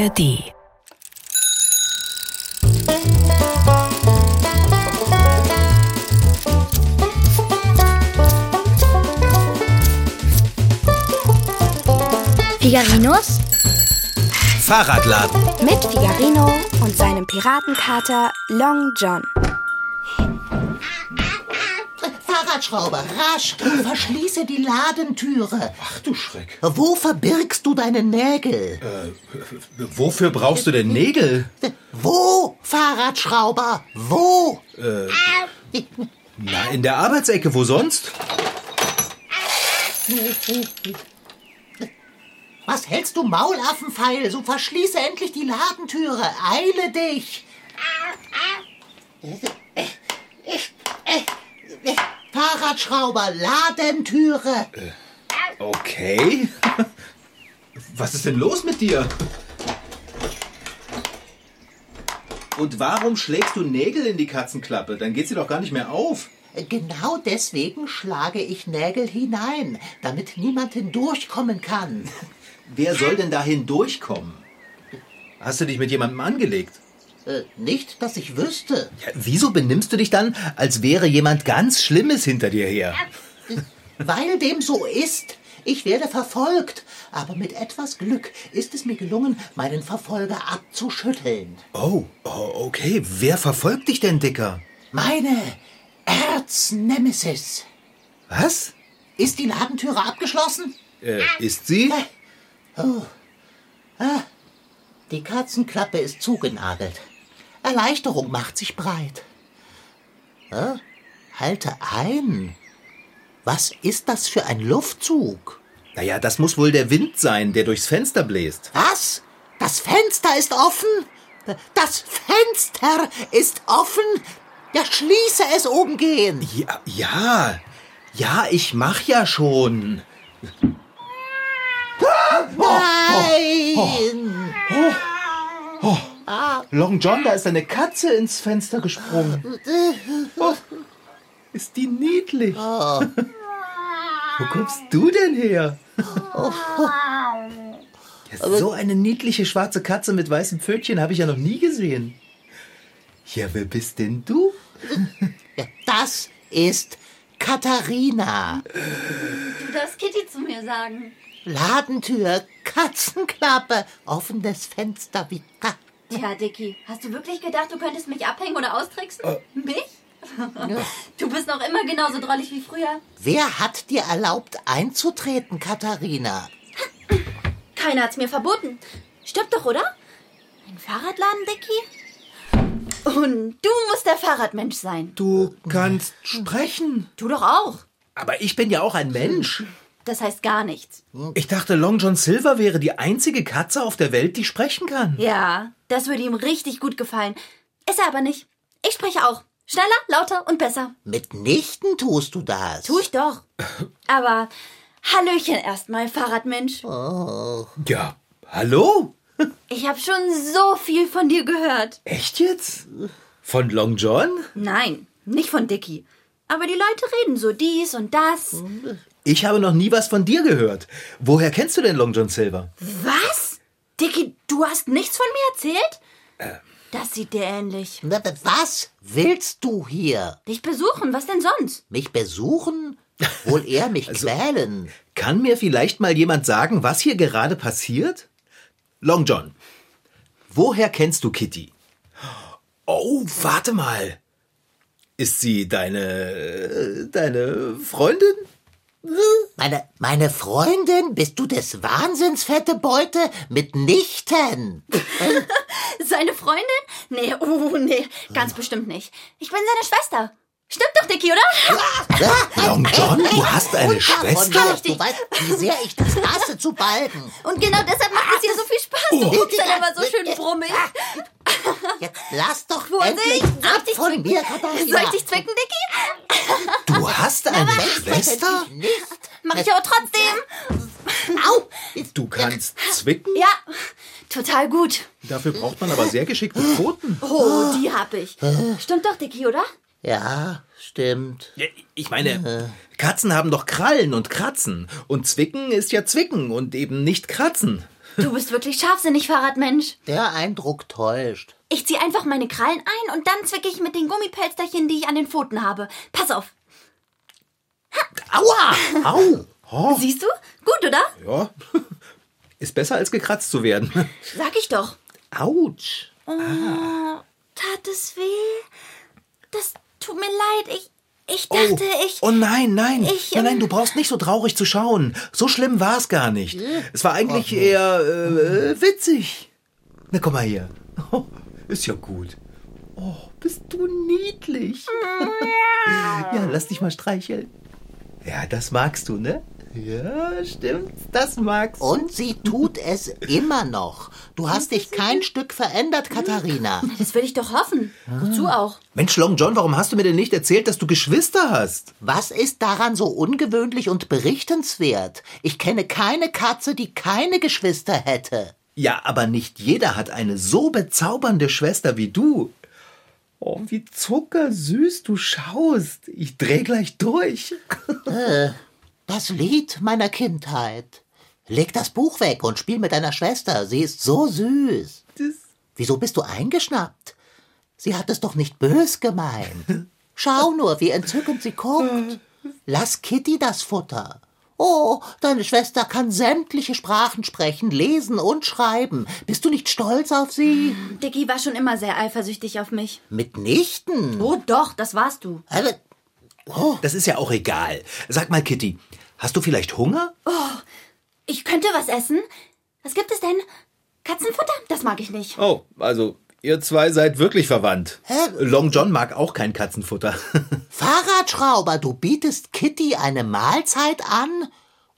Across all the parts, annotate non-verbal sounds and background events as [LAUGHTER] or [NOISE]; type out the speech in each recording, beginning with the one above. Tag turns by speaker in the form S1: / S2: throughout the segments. S1: ARD.
S2: Figarinos
S3: Fahrradladen.
S2: mit Figarino und seinem Piratenkater Long John.
S4: Fahrradschrauber, rasch, verschließe die Ladentüre.
S5: Ach du Schreck.
S4: Wo verbirgst du deine Nägel?
S5: Wofür brauchst du denn Nägel?
S4: Wo, Fahrradschrauber, wo?
S5: Na, in der Arbeitsecke, wo sonst?
S4: Was hältst du Maulaffenpfeil? So verschließe endlich die Ladentüre. Eile dich. Fahrradschrauber, Ladentüre.
S5: Okay. [LAUGHS] Was ist denn los mit dir? Und warum schlägst du Nägel in die Katzenklappe? Dann geht sie doch gar nicht mehr auf.
S4: Genau deswegen schlage ich Nägel hinein, damit niemand hindurchkommen kann.
S5: Wer soll denn da hindurchkommen? Hast du dich mit jemandem angelegt?
S4: Äh, Nicht, dass ich wüsste.
S5: Ja, wieso benimmst du dich dann, als wäre jemand ganz Schlimmes hinter dir her?
S4: Weil dem so ist. Ich werde verfolgt. Aber mit etwas Glück ist es mir gelungen, meinen Verfolger abzuschütteln.
S5: Oh, oh, okay. Wer verfolgt dich denn, Dicker?
S4: Meine Erznemesis.
S5: Was?
S4: Ist die Ladentüre abgeschlossen? Oh.
S5: Äh, ist sie?
S4: Ah. Die Katzenklappe ist zugenagelt. Erleichterung macht sich breit. Hä? halte ein. Was ist das für ein Luftzug?
S5: Naja, das muss wohl der Wind sein, der durchs Fenster bläst.
S4: Was? Das Fenster ist offen? Das Fenster ist offen? Ja, schließe es umgehend.
S5: Ja, ja, ja, ich mach ja schon.
S6: Oh,
S5: Oh,
S4: Nein!
S5: Long John, da ist eine Katze ins Fenster gesprungen. Oh, ist die niedlich. Wo kommst du denn her? Ja, so eine niedliche schwarze Katze mit weißem Pfötchen habe ich ja noch nie gesehen. Ja, wer bist denn du?
S4: Ja, Das ist Katharina.
S6: Du darfst Kitty zu mir sagen.
S4: Ladentür, Katzenklappe, offenes Fenster wie Ka
S6: Tja, Dicky, hast du wirklich gedacht, du könntest mich abhängen oder austricksen? Mich? [LAUGHS] du bist noch immer genauso drollig wie früher.
S4: Wer hat dir erlaubt einzutreten, Katharina?
S6: Keiner hat's mir verboten. Stimmt doch, oder? Ein Fahrradladen, Dicky? Und du musst der Fahrradmensch sein.
S5: Du kannst sprechen.
S6: Du doch auch.
S5: Aber ich bin ja auch ein Mensch.
S6: Das heißt gar nichts.
S5: Ich dachte, Long John Silver wäre die einzige Katze auf der Welt, die sprechen kann.
S6: Ja, das würde ihm richtig gut gefallen. Ist er aber nicht. Ich spreche auch. Schneller, lauter und besser.
S4: Mitnichten tust du das.
S6: Tu ich doch. Aber Hallöchen erstmal, Fahrradmensch.
S5: Ja, hallo?
S6: Ich habe schon so viel von dir gehört.
S5: Echt jetzt? Von Long John?
S6: Nein, nicht von Dicky. Aber die Leute reden so dies und das.
S5: Ich habe noch nie was von dir gehört. Woher kennst du denn Long John Silver?
S6: Was? Dicky, du hast nichts von mir erzählt? Das sieht dir ähnlich.
S4: Na, Was willst du hier?
S6: Dich besuchen, was denn sonst?
S4: Mich besuchen? Wohl eher
S6: [LAUGHS]
S4: mich
S6: Also
S4: quälen.
S5: Kann mir vielleicht mal jemand sagen, was hier gerade passiert? Long John, woher kennst du Kitty? Oh, warte mal. Ist sie deine. deine Freundin?
S4: Meine, meine Freundin, bist du des Wahnsinns fette Beute? Mitnichten.
S6: Seine Freundin? Nee, oh nee, ganz bestimmt nicht. Ich bin seine Schwester. Stimmt doch, Dicky,
S5: [LAUGHS]
S6: oder?
S5: Long John, du hast eine Schwester?
S4: Davon, du weißt, wie sehr ich das hasse zu balgen.
S6: Und genau deshalb macht es dir so viel Spaß. Du guckst dann immer so schön brummig.
S4: Jetzt lass doch
S6: Vorsicht,
S4: endlich
S6: soll
S4: ab
S6: ich dich
S4: von mir,
S6: Soll ich
S4: Katharina.
S6: dich zwicken, Dicky?
S5: Du hast eine
S4: halt,
S5: Schwester?
S4: Selbstverständlich Nicht.
S6: Mach ich aber trotzdem.
S4: Au!
S5: Du kannst zwicken?
S6: Ja, total gut.
S5: Dafür braucht man aber sehr geschickte Pfoten.
S6: Oh, die hab ich. Stimmt doch, Dicky, oder?
S4: Ja, stimmt.
S5: Ja, Ich meine, Katzen haben doch Krallen und Kratzen. Und Zwicken ist ja Zwicken und eben nicht Kratzen.
S6: Du bist wirklich scharfsinnig, Fahrradmensch.
S4: Der Eindruck täuscht.
S6: Ich ziehe einfach meine Krallen ein und dann zwicke ich mit den Gummipelsterchen, die ich an den Pfoten habe. Pass auf.
S4: Aua! Au!
S6: Siehst du? Gut, oder?
S5: Ja. [LAUGHS] Ist besser als gekratzt zu werden.
S6: Sag ich doch.
S5: Autsch.
S6: Tat es weh? Das tut mir leid. Ich, ich dachte, ich.
S5: oh nein, nein.
S6: ich,
S5: nein, nein,
S6: ähm,
S5: du brauchst nicht so traurig zu schauen. So schlimm war es gar nicht.
S6: Äh.
S5: Es war eigentlich eher äh, witzig. Na, komm mal hier. [LAUGHS] Oh, ist ja gut. Oh, bist du niedlich. [LAUGHS] ja, lass dich mal streicheln. Ja, das magst du, ne? Ja, stimmt. Das magst du.
S4: Und sie tut es immer noch. Du hast dich kein Stück verändert, Katharina.
S6: Das will ich doch hoffen. Wozu auch?
S5: Mensch, Long John, warum hast du mir denn nicht erzählt, dass du Geschwister hast?
S4: Was ist daran so ungewöhnlich und berichtenswert? Ich kenne keine Katze, die keine Geschwister hätte.
S5: Ja, aber nicht jeder hat eine so bezaubernde Schwester wie du. Oh, wie zuckersüß du schaust. Ich dreh gleich durch.
S4: Das Lied meiner Kindheit. Leg das Buch weg und spiel mit deiner Schwester. Sie ist so süß. Wieso bist du eingeschnappt? Sie hat es doch nicht bös gemeint. Schau nur, wie entzückend sie guckt. Lass Kitty das Futter. Oh, deine Schwester kann sämtliche Sprachen sprechen, lesen und schreiben. Bist du nicht stolz auf sie?
S6: Dicky war schon immer sehr eifersüchtig auf mich.
S4: Mitnichten.
S6: Oh doch, das warst du.
S4: Aber-
S5: Das ist ja auch egal. Sag mal, Kitty, hast du vielleicht Hunger?
S6: Ich könnte was essen. Was gibt es denn? Katzenfutter? Das mag ich nicht.
S5: Oh, also ihr zwei seid wirklich verwandt.
S4: Hä?
S5: Long John mag auch kein Katzenfutter.
S4: Fahrradschrauber, du bietest Kitty eine Mahlzeit an?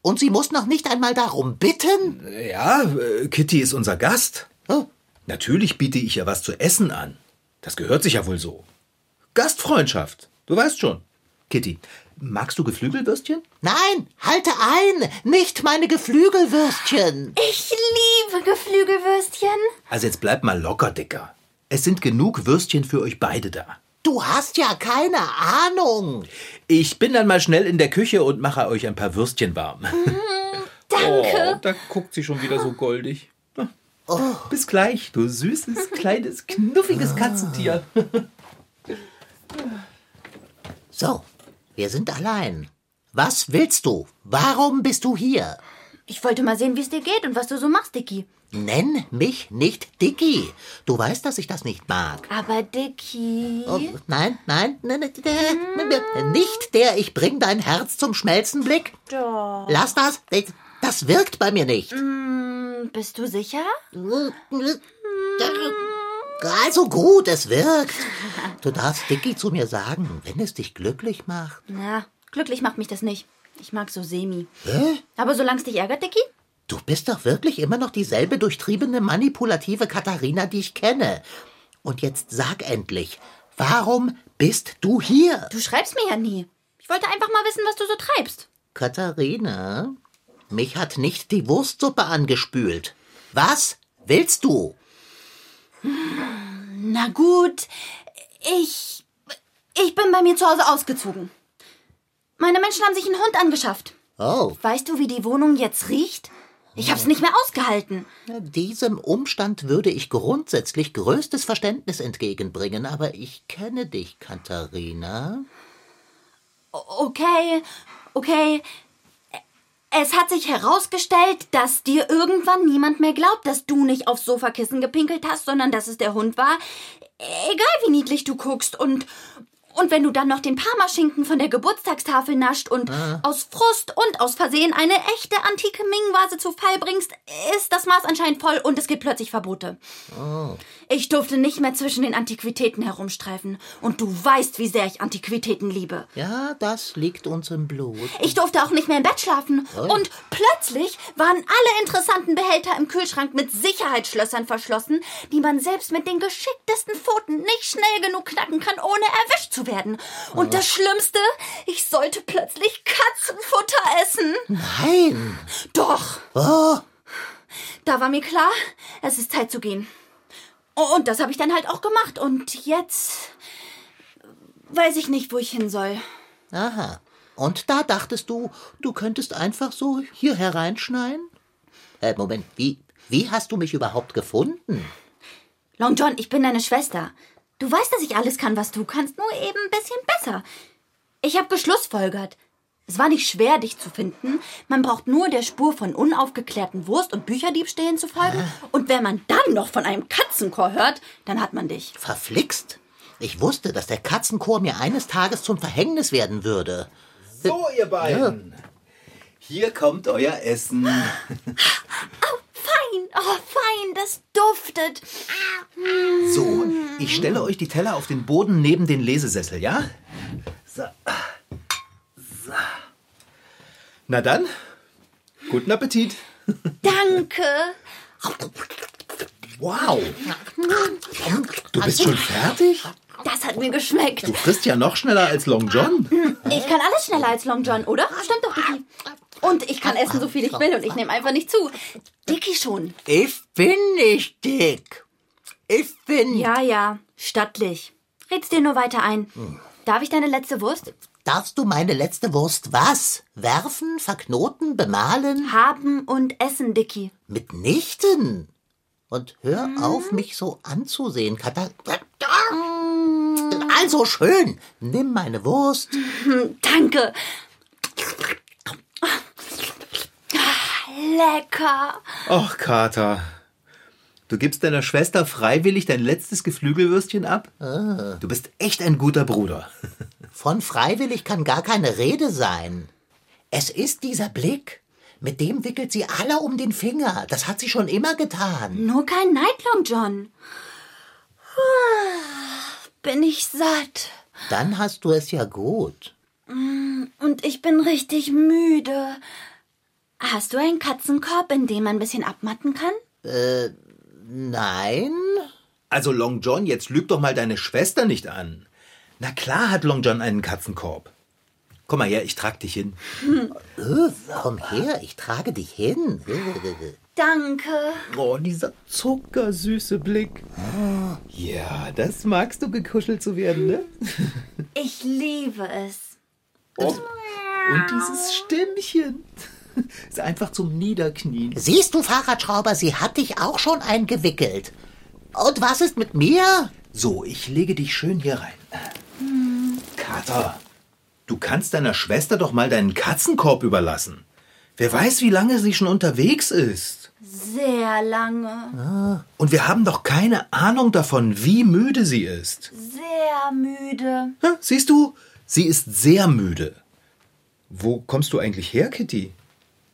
S4: Und sie muss noch nicht einmal darum bitten?
S5: [LAUGHS] ja, äh, Kitty ist unser Gast.
S4: Oh,
S5: Natürlich biete ich ihr was zu essen an. Das gehört sich ja wohl so. Gastfreundschaft. Du weißt schon. Kitty, magst du Geflügelwürstchen?
S4: Nein, halte ein! Nicht meine Geflügelwürstchen!
S6: Ich liebe Geflügelwürstchen.
S5: Also jetzt bleib mal locker, Dicker. Es sind genug Würstchen für euch beide da.
S4: Du hast ja keine Ahnung!
S5: Ich bin dann mal schnell in der Küche und mache euch ein paar Würstchen warm. Oh,
S6: Danke.
S5: [LAUGHS] da guckt sie schon wieder so goldig. Oh, Bis gleich, du süßes, kleines, knuffiges Katzentier.
S4: So, wir sind allein. Was willst du? Warum bist du hier?
S6: Ich wollte mal sehen, wie es dir geht und was du so machst, Dicky.
S4: Nenn mich nicht Dicky. Du weißt, dass ich das nicht mag.
S6: Aber Dicky.
S4: Oh, nein, nein, nein, nein, nein, nein, nicht der Ich bring dein Herz zum Schmelzen Blick.
S6: Doch.
S4: Lass das. Das wirkt bei mir nicht.
S6: Bist du sicher?
S4: Also gut, es wirkt. Du darfst Dicky zu mir sagen, wenn es dich glücklich macht.
S6: Na, glücklich macht mich das nicht. Ich mag so semi.
S4: Hä?
S6: Aber solange es dich ärgert, Dicky?
S4: Du bist doch wirklich immer noch dieselbe durchtriebene, manipulative Katharina, die ich kenne. Und jetzt sag endlich, warum bist du hier?
S6: Du schreibst mir ja nie. Ich wollte einfach mal wissen, was du so treibst.
S4: Katharina, mich hat nicht die Wurstsuppe angespült. Was willst du?
S6: Na gut, ich. Ich bin bei mir zu Hause ausgezogen. Meine Menschen haben sich einen Hund angeschafft.
S4: Oh,
S6: Weißt du, wie die Wohnung jetzt riecht? Ich hab's nicht mehr ausgehalten.
S4: Diesem Umstand würde ich grundsätzlich größtes Verständnis entgegenbringen, aber ich kenne dich, Katharina.
S6: O- Okay, okay. Es hat sich herausgestellt, dass dir irgendwann niemand mehr glaubt, dass du nicht aufs Sofakissen gepinkelt hast, sondern dass es der Hund war. Egal wie niedlich du guckst und und wenn du dann noch den Parmaschinken von der Geburtstagstafel nascht und aus Frust und aus Versehen eine echte antike Ming-Vase zu Fall bringst, ist das Maß anscheinend voll und es gibt plötzlich Verbote. Ich durfte nicht mehr zwischen den Antiquitäten herumstreifen. Und du weißt, wie sehr ich Antiquitäten liebe.
S4: Ja, das liegt uns im Blut.
S6: Ich durfte auch nicht mehr im Bett schlafen. Und plötzlich waren alle interessanten Behälter im Kühlschrank mit Sicherheitsschlössern verschlossen, die man selbst mit den geschicktesten Pfoten nicht schnell genug knacken kann, ohne erwischt zu werden. Und das Schlimmste, ich sollte plötzlich Katzenfutter essen.
S4: Nein!
S6: Doch,
S4: Oh,
S6: da war mir klar, es ist Zeit zu gehen. Und das habe ich dann halt auch gemacht. Und jetzt weiß ich nicht, wo ich hin soll.
S4: aha. Und da dachtest du, du könntest einfach so hier hereinschneien? Äh, Moment, wie? Wie hast du mich überhaupt gefunden?
S6: Long John, ich bin deine Schwester. Du weißt, dass ich alles kann, was du kannst, nur eben ein bisschen besser. Ich habe geschlussfolgert. Es war nicht schwer, dich zu finden. Man braucht nur der Spur von unaufgeklärten Wurst- und Bücherdiebstählen zu folgen. Und wenn man dann noch von einem Katzenchor hört, dann hat man dich.
S4: Verflixt? Ich wusste, dass der Katzenchor mir eines Tages zum Verhängnis werden würde.
S5: So, ihr beiden. Hier kommt euer Essen.
S6: Fein, oh fein, das duftet.
S5: So, ich stelle euch die Teller auf den Boden neben den Lesesessel, ja? So. so. Na dann, guten Appetit.
S6: Danke.
S5: Wow. Du bist schon fertig?
S6: Das hat mir geschmeckt.
S5: Du frisst ja noch schneller als Long John.
S6: Ich kann alles schneller als Long John, oder? Stimmt doch, Dicky. Und ich kann essen, so viel ich will, und ich nehme einfach nicht zu. Dicky schon.
S4: Ich bin nicht dick. Ich bin.
S6: Ja, ja, stattlich. Red's dir nur weiter ein. Darf ich deine letzte Wurst?
S4: Darfst du meine letzte Wurst was? Werfen, verknoten, bemalen?
S6: Haben und essen, Dicky.
S4: Mitnichten. Und hör auf, mich so anzusehen, Kata. Also schön. Nimm meine Wurst.
S6: Danke. Lecker.
S5: Och, Kater. Du gibst deiner Schwester freiwillig dein letztes Geflügelwürstchen ab? Du bist echt ein guter Bruder.
S4: Von freiwillig kann gar keine Rede sein. Es ist dieser Blick. Mit dem wickelt sie alle um den Finger. Das hat sie schon immer getan.
S6: Nur kein Neid, Long John. Bin ich satt.
S4: Dann hast du es ja gut.
S6: Und ich bin richtig müde. Hast du einen Katzenkorb, in dem man ein bisschen abmatten kann?
S4: Nein?
S5: Also, Long John, jetzt lüg doch mal deine Schwester nicht an. Na klar hat Long John einen Katzenkorb. Komm mal her, ich trag dich hin.
S4: Äh, Komm her, ich trage dich hin. [LAUGHS]
S6: Danke.
S5: Oh, dieser zuckersüße Blick. Ja, das magst du, gekuschelt zu werden, ne?
S6: Ich liebe es.
S5: Und dieses Stimmchen. [LAUGHS] Ist einfach zum Niederknien.
S4: Siehst du, Fahrradschrauber, sie hat dich auch schon eingewickelt. Und was ist mit mir?
S5: So, ich lege dich schön hier rein. Kater, du kannst deiner Schwester doch mal deinen Katzenkorb überlassen. Wer weiß, wie lange sie schon unterwegs ist.
S6: Sehr lange.
S5: Und wir haben doch keine Ahnung davon, wie müde sie ist.
S6: Sehr müde.
S5: Hä, Siehst du, sie ist sehr müde. Wo kommst du eigentlich her, Kitty?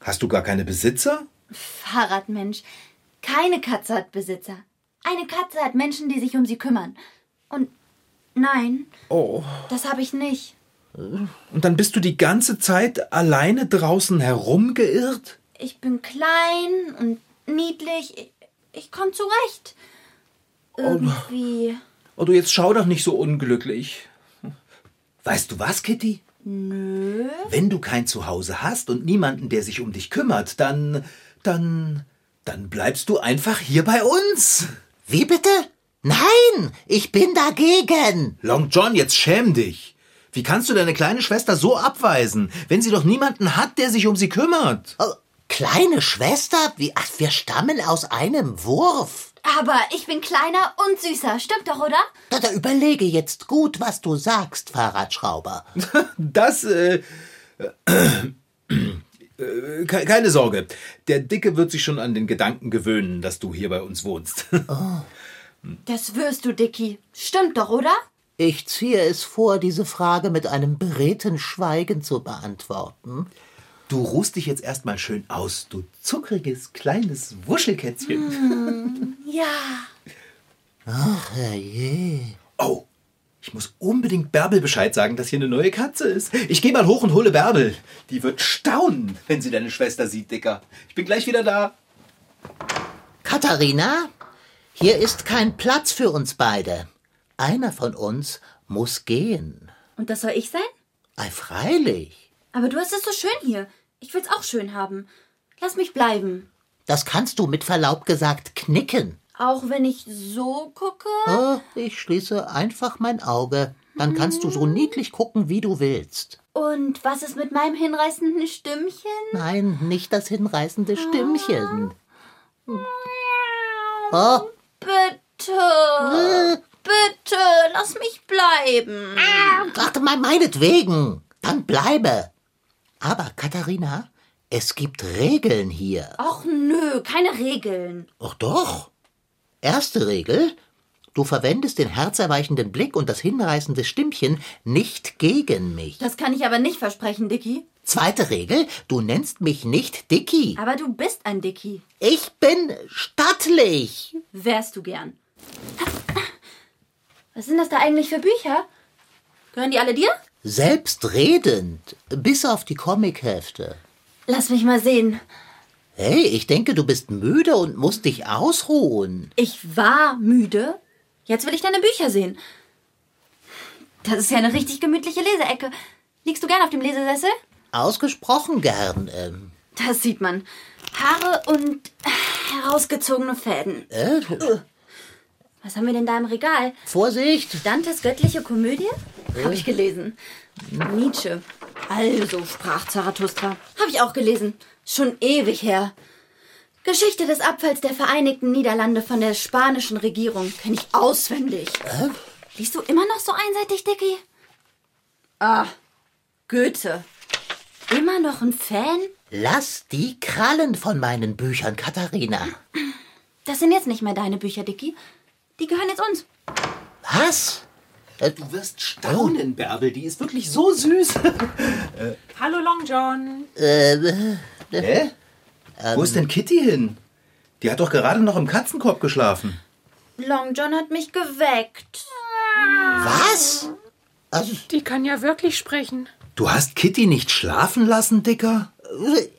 S5: Hast du gar keine Besitzer?
S6: Fahrradmensch. Keine Katze hat Besitzer. Eine Katze hat Menschen, die sich um sie kümmern. Und nein,
S5: Oh.
S6: das habe ich nicht.
S5: Und dann bist du die ganze Zeit alleine draußen herumgeirrt?
S6: Ich bin klein und niedlich. Ich, ich komme zurecht. Irgendwie.
S5: Oh, du, jetzt schau doch nicht so unglücklich. Weißt du was, Kitty? Nö. Wenn du kein Zuhause hast und niemanden, der sich um dich kümmert, dann. dann. dann bleibst du einfach hier bei uns.
S4: Wie bitte? Nein, ich bin dagegen.
S5: Long John, jetzt schäm dich. Wie kannst du deine kleine Schwester so abweisen, wenn sie doch niemanden hat, der sich um sie kümmert?
S4: Oh, kleine Schwester, wie, ach, wir stammen aus einem Wurf.
S6: Aber ich bin kleiner und süßer. Stimmt doch, oder?
S4: Da, da überlege jetzt gut, was du sagst, Fahrradschrauber.
S5: Das, äh. äh, ke- Keine Sorge, der Dicke wird sich schon an den Gedanken gewöhnen, dass du hier bei uns wohnst. [LAUGHS]
S6: Das wirst du, Dicky. Stimmt doch, oder?
S4: Ich ziehe es vor, diese Frage mit einem beredten Schweigen zu beantworten.
S5: Du ruhst dich jetzt erstmal schön aus, du zuckriges kleines Wuschelkätzchen.
S6: Ja.
S5: Oh, ich muss unbedingt Bärbel Bescheid sagen, dass hier eine neue Katze ist. Ich gehe mal hoch und hole Bärbel. Die wird staunen, wenn sie deine Schwester sieht, Dicker. Ich bin gleich wieder da.
S4: Katharina, hier ist kein Platz für uns beide. Einer von uns muss gehen.
S6: Und das soll ich sein?
S4: Ei, freilich.
S6: Aber du hast es so schön hier. Ich will's auch schön haben. Lass mich bleiben.
S4: Das kannst du mit Verlaub gesagt knicken.
S6: Auch wenn ich so gucke.
S4: Oh, ich schließe einfach mein Auge. Dann kannst du so niedlich gucken, wie du willst.
S6: Und was ist mit meinem hinreißenden Stimmchen?
S4: Nein, nicht das hinreißende Stimmchen. Oh, äh,
S6: Bitte. Bitte, lass mich bleiben.
S4: Ach, me- meinetwegen. Dann bleibe. Aber, Katharina, es gibt Regeln hier.
S6: Ach nö, keine Regeln.
S4: Ach doch. Erste Regel. Du verwendest den herzerweichenden Blick und das hinreißende Stimmchen nicht gegen mich.
S6: Das kann ich aber nicht versprechen, Dicky.
S4: Zweite Regel. Du nennst mich nicht Dicky.
S6: Aber du bist ein Dicky.
S4: Ich bin stattlich.
S6: Wärst du gern. Was sind das da eigentlich für Bücher? Gehören die alle dir?
S4: Selbstredend. Bis auf die Comichefte.
S6: Lass mich mal sehen.
S4: Hey, ich denke, du bist müde und musst dich ausruhen.
S6: Ich war müde. Jetzt will ich deine Bücher sehen. Das ist ja eine richtig gemütliche Leseecke. Liegst du gern auf dem Lesesessel?
S4: Ausgesprochen gern. Ähm,
S6: Das sieht man. Haare und herausgezogene Fäden.
S4: äh,
S6: Was haben wir denn da im Regal?
S4: Vorsicht.
S6: Dantes göttliche Komödie? Habe ich gelesen. Nietzsche. Also sprach Zarathustra. Habe ich auch gelesen. Schon ewig her. Geschichte des Abfalls der Vereinigten Niederlande von der spanischen Regierung. Kenne ich auswendig. Liest du immer noch so einseitig, Dicky? Ah, Goethe. Immer noch ein Fan?
S4: Lass die Krallen von meinen Büchern, Katharina.
S6: Das sind jetzt nicht mehr deine Bücher, Dicky. Die gehören jetzt uns.
S4: Was? Äh,
S5: Du wirst staunen, Bärbel. Die ist wirklich so süß. [LAUGHS] Äh,
S1: Hallo Long John.
S5: Hä? Wo ist denn Kitty hin? Die hat doch gerade noch im Katzenkorb geschlafen.
S6: Long John hat mich geweckt.
S4: was? Also,
S1: Die kann ja wirklich sprechen.
S5: Du hast Kitty nicht schlafen lassen, Dicker?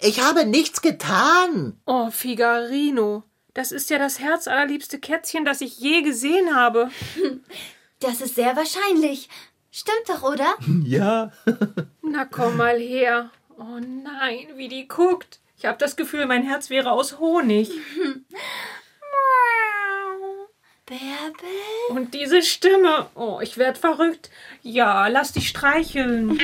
S4: ich habe nichts getan.
S1: Oh, Figarino. Das ist ja das herzallerliebste Kätzchen, das ich je gesehen habe.
S6: Das ist sehr wahrscheinlich. Stimmt doch, oder?
S5: Ja.
S1: Na komm mal her. Oh nein, wie die guckt. Ich habe das Gefühl, mein Herz wäre aus Honig.
S6: Bärbel?
S1: Und diese Stimme. Oh, ich werd verrückt. Ja, lass dich streicheln.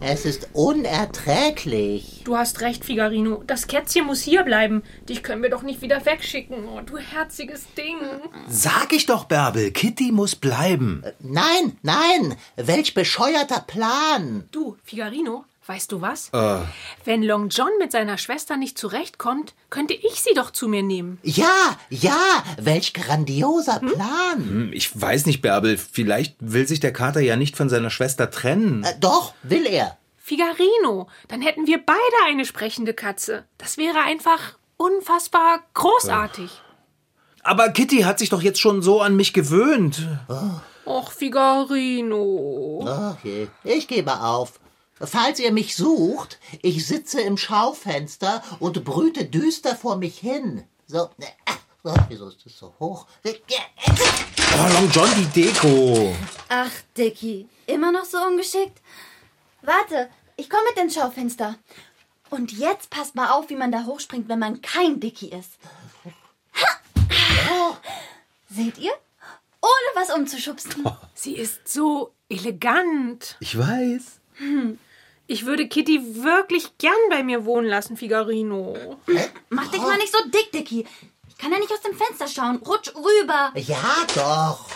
S4: Es ist unerträglich.
S1: Du hast recht, Figarino. Das Kätzchen muss hier bleiben. Dich können wir doch nicht wieder wegschicken. Oh, du herziges Ding.
S5: Sag ich doch, Bärbel. Kitty muss bleiben.
S4: Nein, nein, welch bescheuerter Plan.
S1: Du, Figarino, weißt du was? Wenn Long John mit seiner Schwester nicht zurechtkommt, könnte ich sie doch zu mir nehmen.
S4: Ja, ja, welch grandioser Plan.
S5: Hm, Ich weiß nicht, Bärbel. Vielleicht will sich der Kater ja nicht von seiner Schwester trennen.
S4: Äh, doch, will er.
S1: Figarino, dann hätten wir beide eine sprechende Katze. Das wäre einfach unfassbar großartig.
S5: Aber Kitty hat sich doch jetzt schon so an mich gewöhnt.
S1: Och, Figarino.
S4: Okay, ich gebe auf. Falls ihr mich sucht, ich sitze im Schaufenster und brüte düster vor mich hin. So, äh, so, wieso ist das so hoch? Äh, äh,
S5: Oh, Long John, die Deko.
S6: Ach, Dicky, immer noch so ungeschickt? Warte, ich komme mit ins Schaufenster. Und jetzt passt mal auf, wie man da hochspringt, wenn man kein Dicky ist. Ha! Seht ihr? Ohne was umzuschubsen.
S1: Sie ist so elegant.
S5: Ich weiß.
S1: Ich würde Kitty wirklich gern bei mir wohnen lassen, Figarino.
S6: Mach dich mal nicht so dick, Dicky. Ich kann ja nicht aus dem Fenster schauen. Rutsch rüber.
S4: Ja, doch.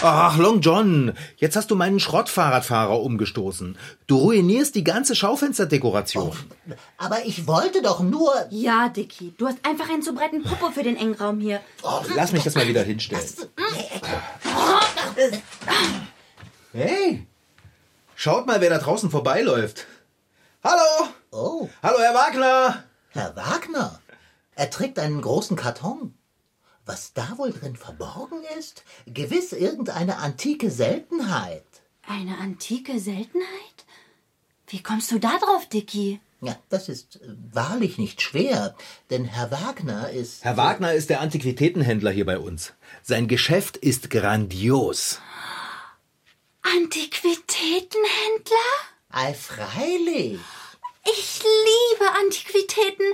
S5: Ach, Long John, jetzt hast du meinen Schrottfahrradfahrer umgestoßen. Du ruinierst die ganze Schaufensterdekoration.
S4: Aber ich wollte doch nur.
S6: Ja, Dicky, du hast einfach einen zu breiten Popo für den engen Raum hier.
S5: Lass mich das mal wieder hinstellen. Hey, schaut mal, wer da draußen vorbeiläuft. Hallo,
S4: Oh,
S5: hallo, Herr Wagner.
S4: Herr Wagner. Er trägt einen großen Karton. Was da wohl drin verborgen ist? Gewiss irgendeine antike Seltenheit.
S6: Eine antike Seltenheit? Wie kommst du da drauf, Dicky?
S4: Ja, das ist äh, wahrlich nicht schwer, denn Herr Wagner ist.
S5: Herr Wagner ist der Antiquitätenhändler hier bei uns. Sein Geschäft ist grandios.
S6: Antiquitätenhändler?
S4: Ei, freilich.
S6: Ich liebe Antiquitäten.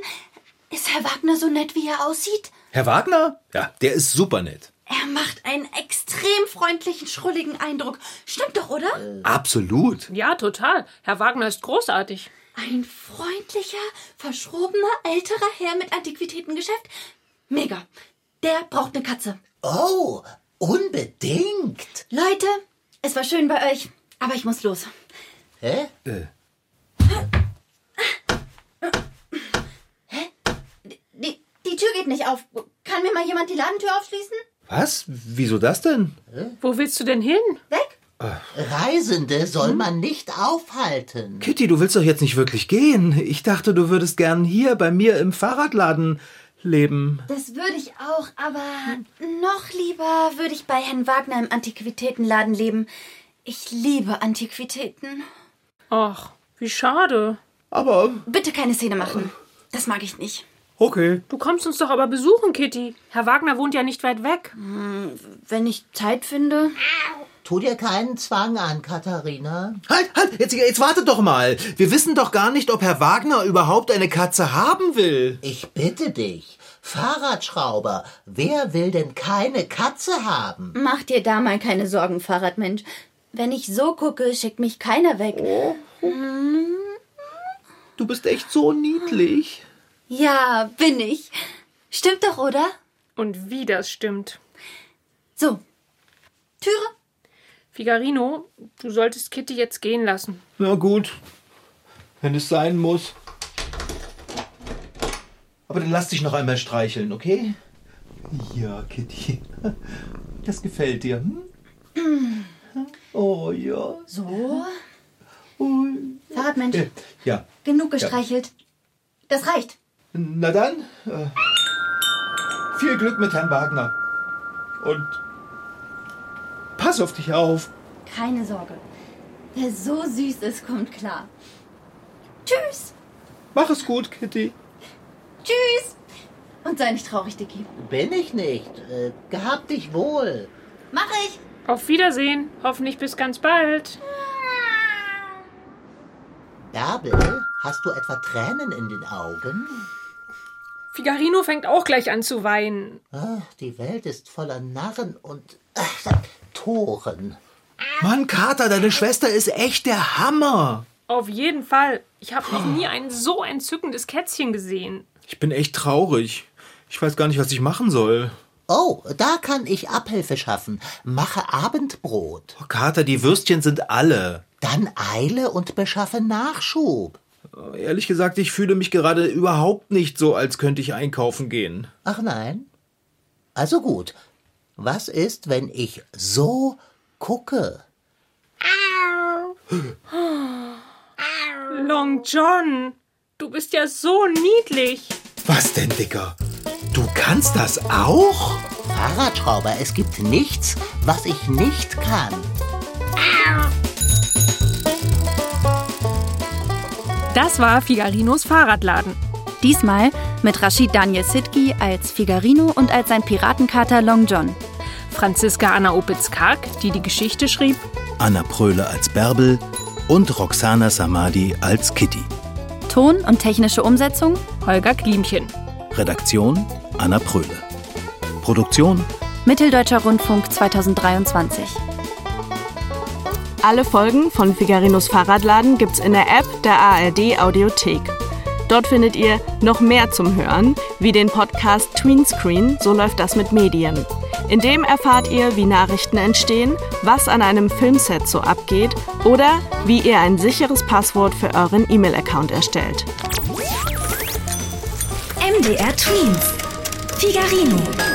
S6: Ist Herr Wagner so nett, wie er aussieht?
S5: Herr Wagner? Ja, der ist super nett.
S6: Er macht einen extrem freundlichen, schrulligen Eindruck. Stimmt doch, oder?
S5: Absolut.
S1: Ja, total. Herr Wagner ist großartig.
S6: Ein freundlicher, verschrobener, älterer Herr mit Antiquitätengeschäft? Mega. Der braucht eine Katze.
S4: Oh, unbedingt.
S6: Leute, es war schön bei euch, aber ich muss los.
S4: Hä?
S5: Äh,
S6: Die, die Tür geht nicht auf. Kann mir mal jemand die Ladentür aufschließen?
S5: Was? Wieso das denn?
S1: Wo willst du denn hin?
S6: Weg?
S4: Reisende soll man nicht aufhalten.
S5: Kitty, du willst doch jetzt nicht wirklich gehen. Ich dachte, du würdest gern hier bei mir im Fahrradladen leben.
S6: Das würde ich auch, aber noch lieber würde ich bei Herrn Wagner im Antiquitätenladen leben. Ich liebe Antiquitäten.
S1: Ach, wie schade.
S5: Aber
S6: Bitte keine Szene machen. Das mag ich nicht.
S5: okay.
S1: Du kommst uns doch aber besuchen, Kitty. Herr Wagner wohnt ja nicht weit weg.
S6: Wenn ich Zeit finde.
S4: Tu dir keinen Zwang an, Katharina.
S5: Halt, halt, jetzt, jetzt wartet doch mal. Wir wissen doch gar nicht, ob Herr Wagner überhaupt eine Katze haben will.
S4: Ich bitte dich. Fahrradschrauber, wer will denn keine Katze haben?
S6: Mach dir da mal keine Sorgen, Fahrradmensch. Wenn ich so gucke, schickt mich keiner weg.
S5: Du bist echt so niedlich.
S6: Ja, bin ich. Stimmt doch, oder?
S1: Und wie das stimmt.
S6: So. Türe?
S1: Figarino, du solltest Kitty jetzt gehen lassen.
S5: Na gut, wenn es sein muss. Aber dann lass dich noch einmal streicheln, okay? Ja, Kitty. Das gefällt dir. Hm? Oh ja.
S6: So.
S5: Oh.
S6: Fahrradmensch,
S5: Ja,
S6: genug gestreichelt. Das reicht.
S5: na dann. Äh, viel Glück mit Herrn Wagner. Und pass auf dich auf.
S6: Keine Sorge. Wer so süß ist, kommt klar. Tschüss.
S5: Mach es gut, Kitty.
S6: Tschüss. Und sei nicht traurig, Dicky.
S4: Bin ich nicht. Äh, gehab dich wohl.
S6: Mach ich.
S1: Auf Wiedersehen. Hoffentlich bis ganz bald.
S4: Bärbel, hast du etwa Tränen in den Augen?
S1: Figarino fängt auch gleich an zu weinen.
S4: Ach, die Welt ist voller Narren und ach, Toren.
S5: Mann, Kater, deine Schwester ist echt der Hammer.
S1: Auf jeden Fall. Ich habe noch nie ein so entzückendes Kätzchen gesehen.
S5: Ich bin echt traurig. Ich weiß gar nicht, was ich machen soll.
S4: Oh, da kann ich Abhilfe schaffen. Mache Abendbrot.
S5: Oh, Kater, die Würstchen sind alle.
S4: Dann eile und beschaffe Nachschub.
S5: Äh, Ehrlich gesagt, ich fühle mich gerade überhaupt nicht so, als könnte ich einkaufen gehen.
S4: Ach nein. Also gut. Was ist, wenn ich so gucke?
S1: Long John, du bist ja so niedlich.
S5: Was denn, Dicker? Du kannst das auch?
S4: Fahrradschrauber, es gibt nichts, was ich nicht kann.
S1: Das war Figarinos Fahrradladen.
S7: Diesmal mit Rashid Daniel Sidki als Figarino und als sein Piratenkater Long John.
S1: Franziska Anna Opitz-Karg, die die Geschichte schrieb,
S3: Anna Pröhle als Bärbel und Roxana Samadi als Kitty.
S7: Ton und technische Umsetzung
S1: Holger Klimchen.
S3: Redaktion Anna Pröhle. Produktion
S7: Mitteldeutscher Rundfunk 2023.
S8: Alle Folgen von Figarinos Fahrradladen gibt's in der App der ARD Audiothek. Dort findet ihr noch mehr zum Hören, wie den Podcast Tween Screen, so läuft das mit Medien. In dem erfahrt ihr, wie Nachrichten entstehen, was an einem Filmset so abgeht oder wie ihr ein sicheres Passwort für euren E-Mail-Account erstellt.
S2: MDR Tweens. Figarino.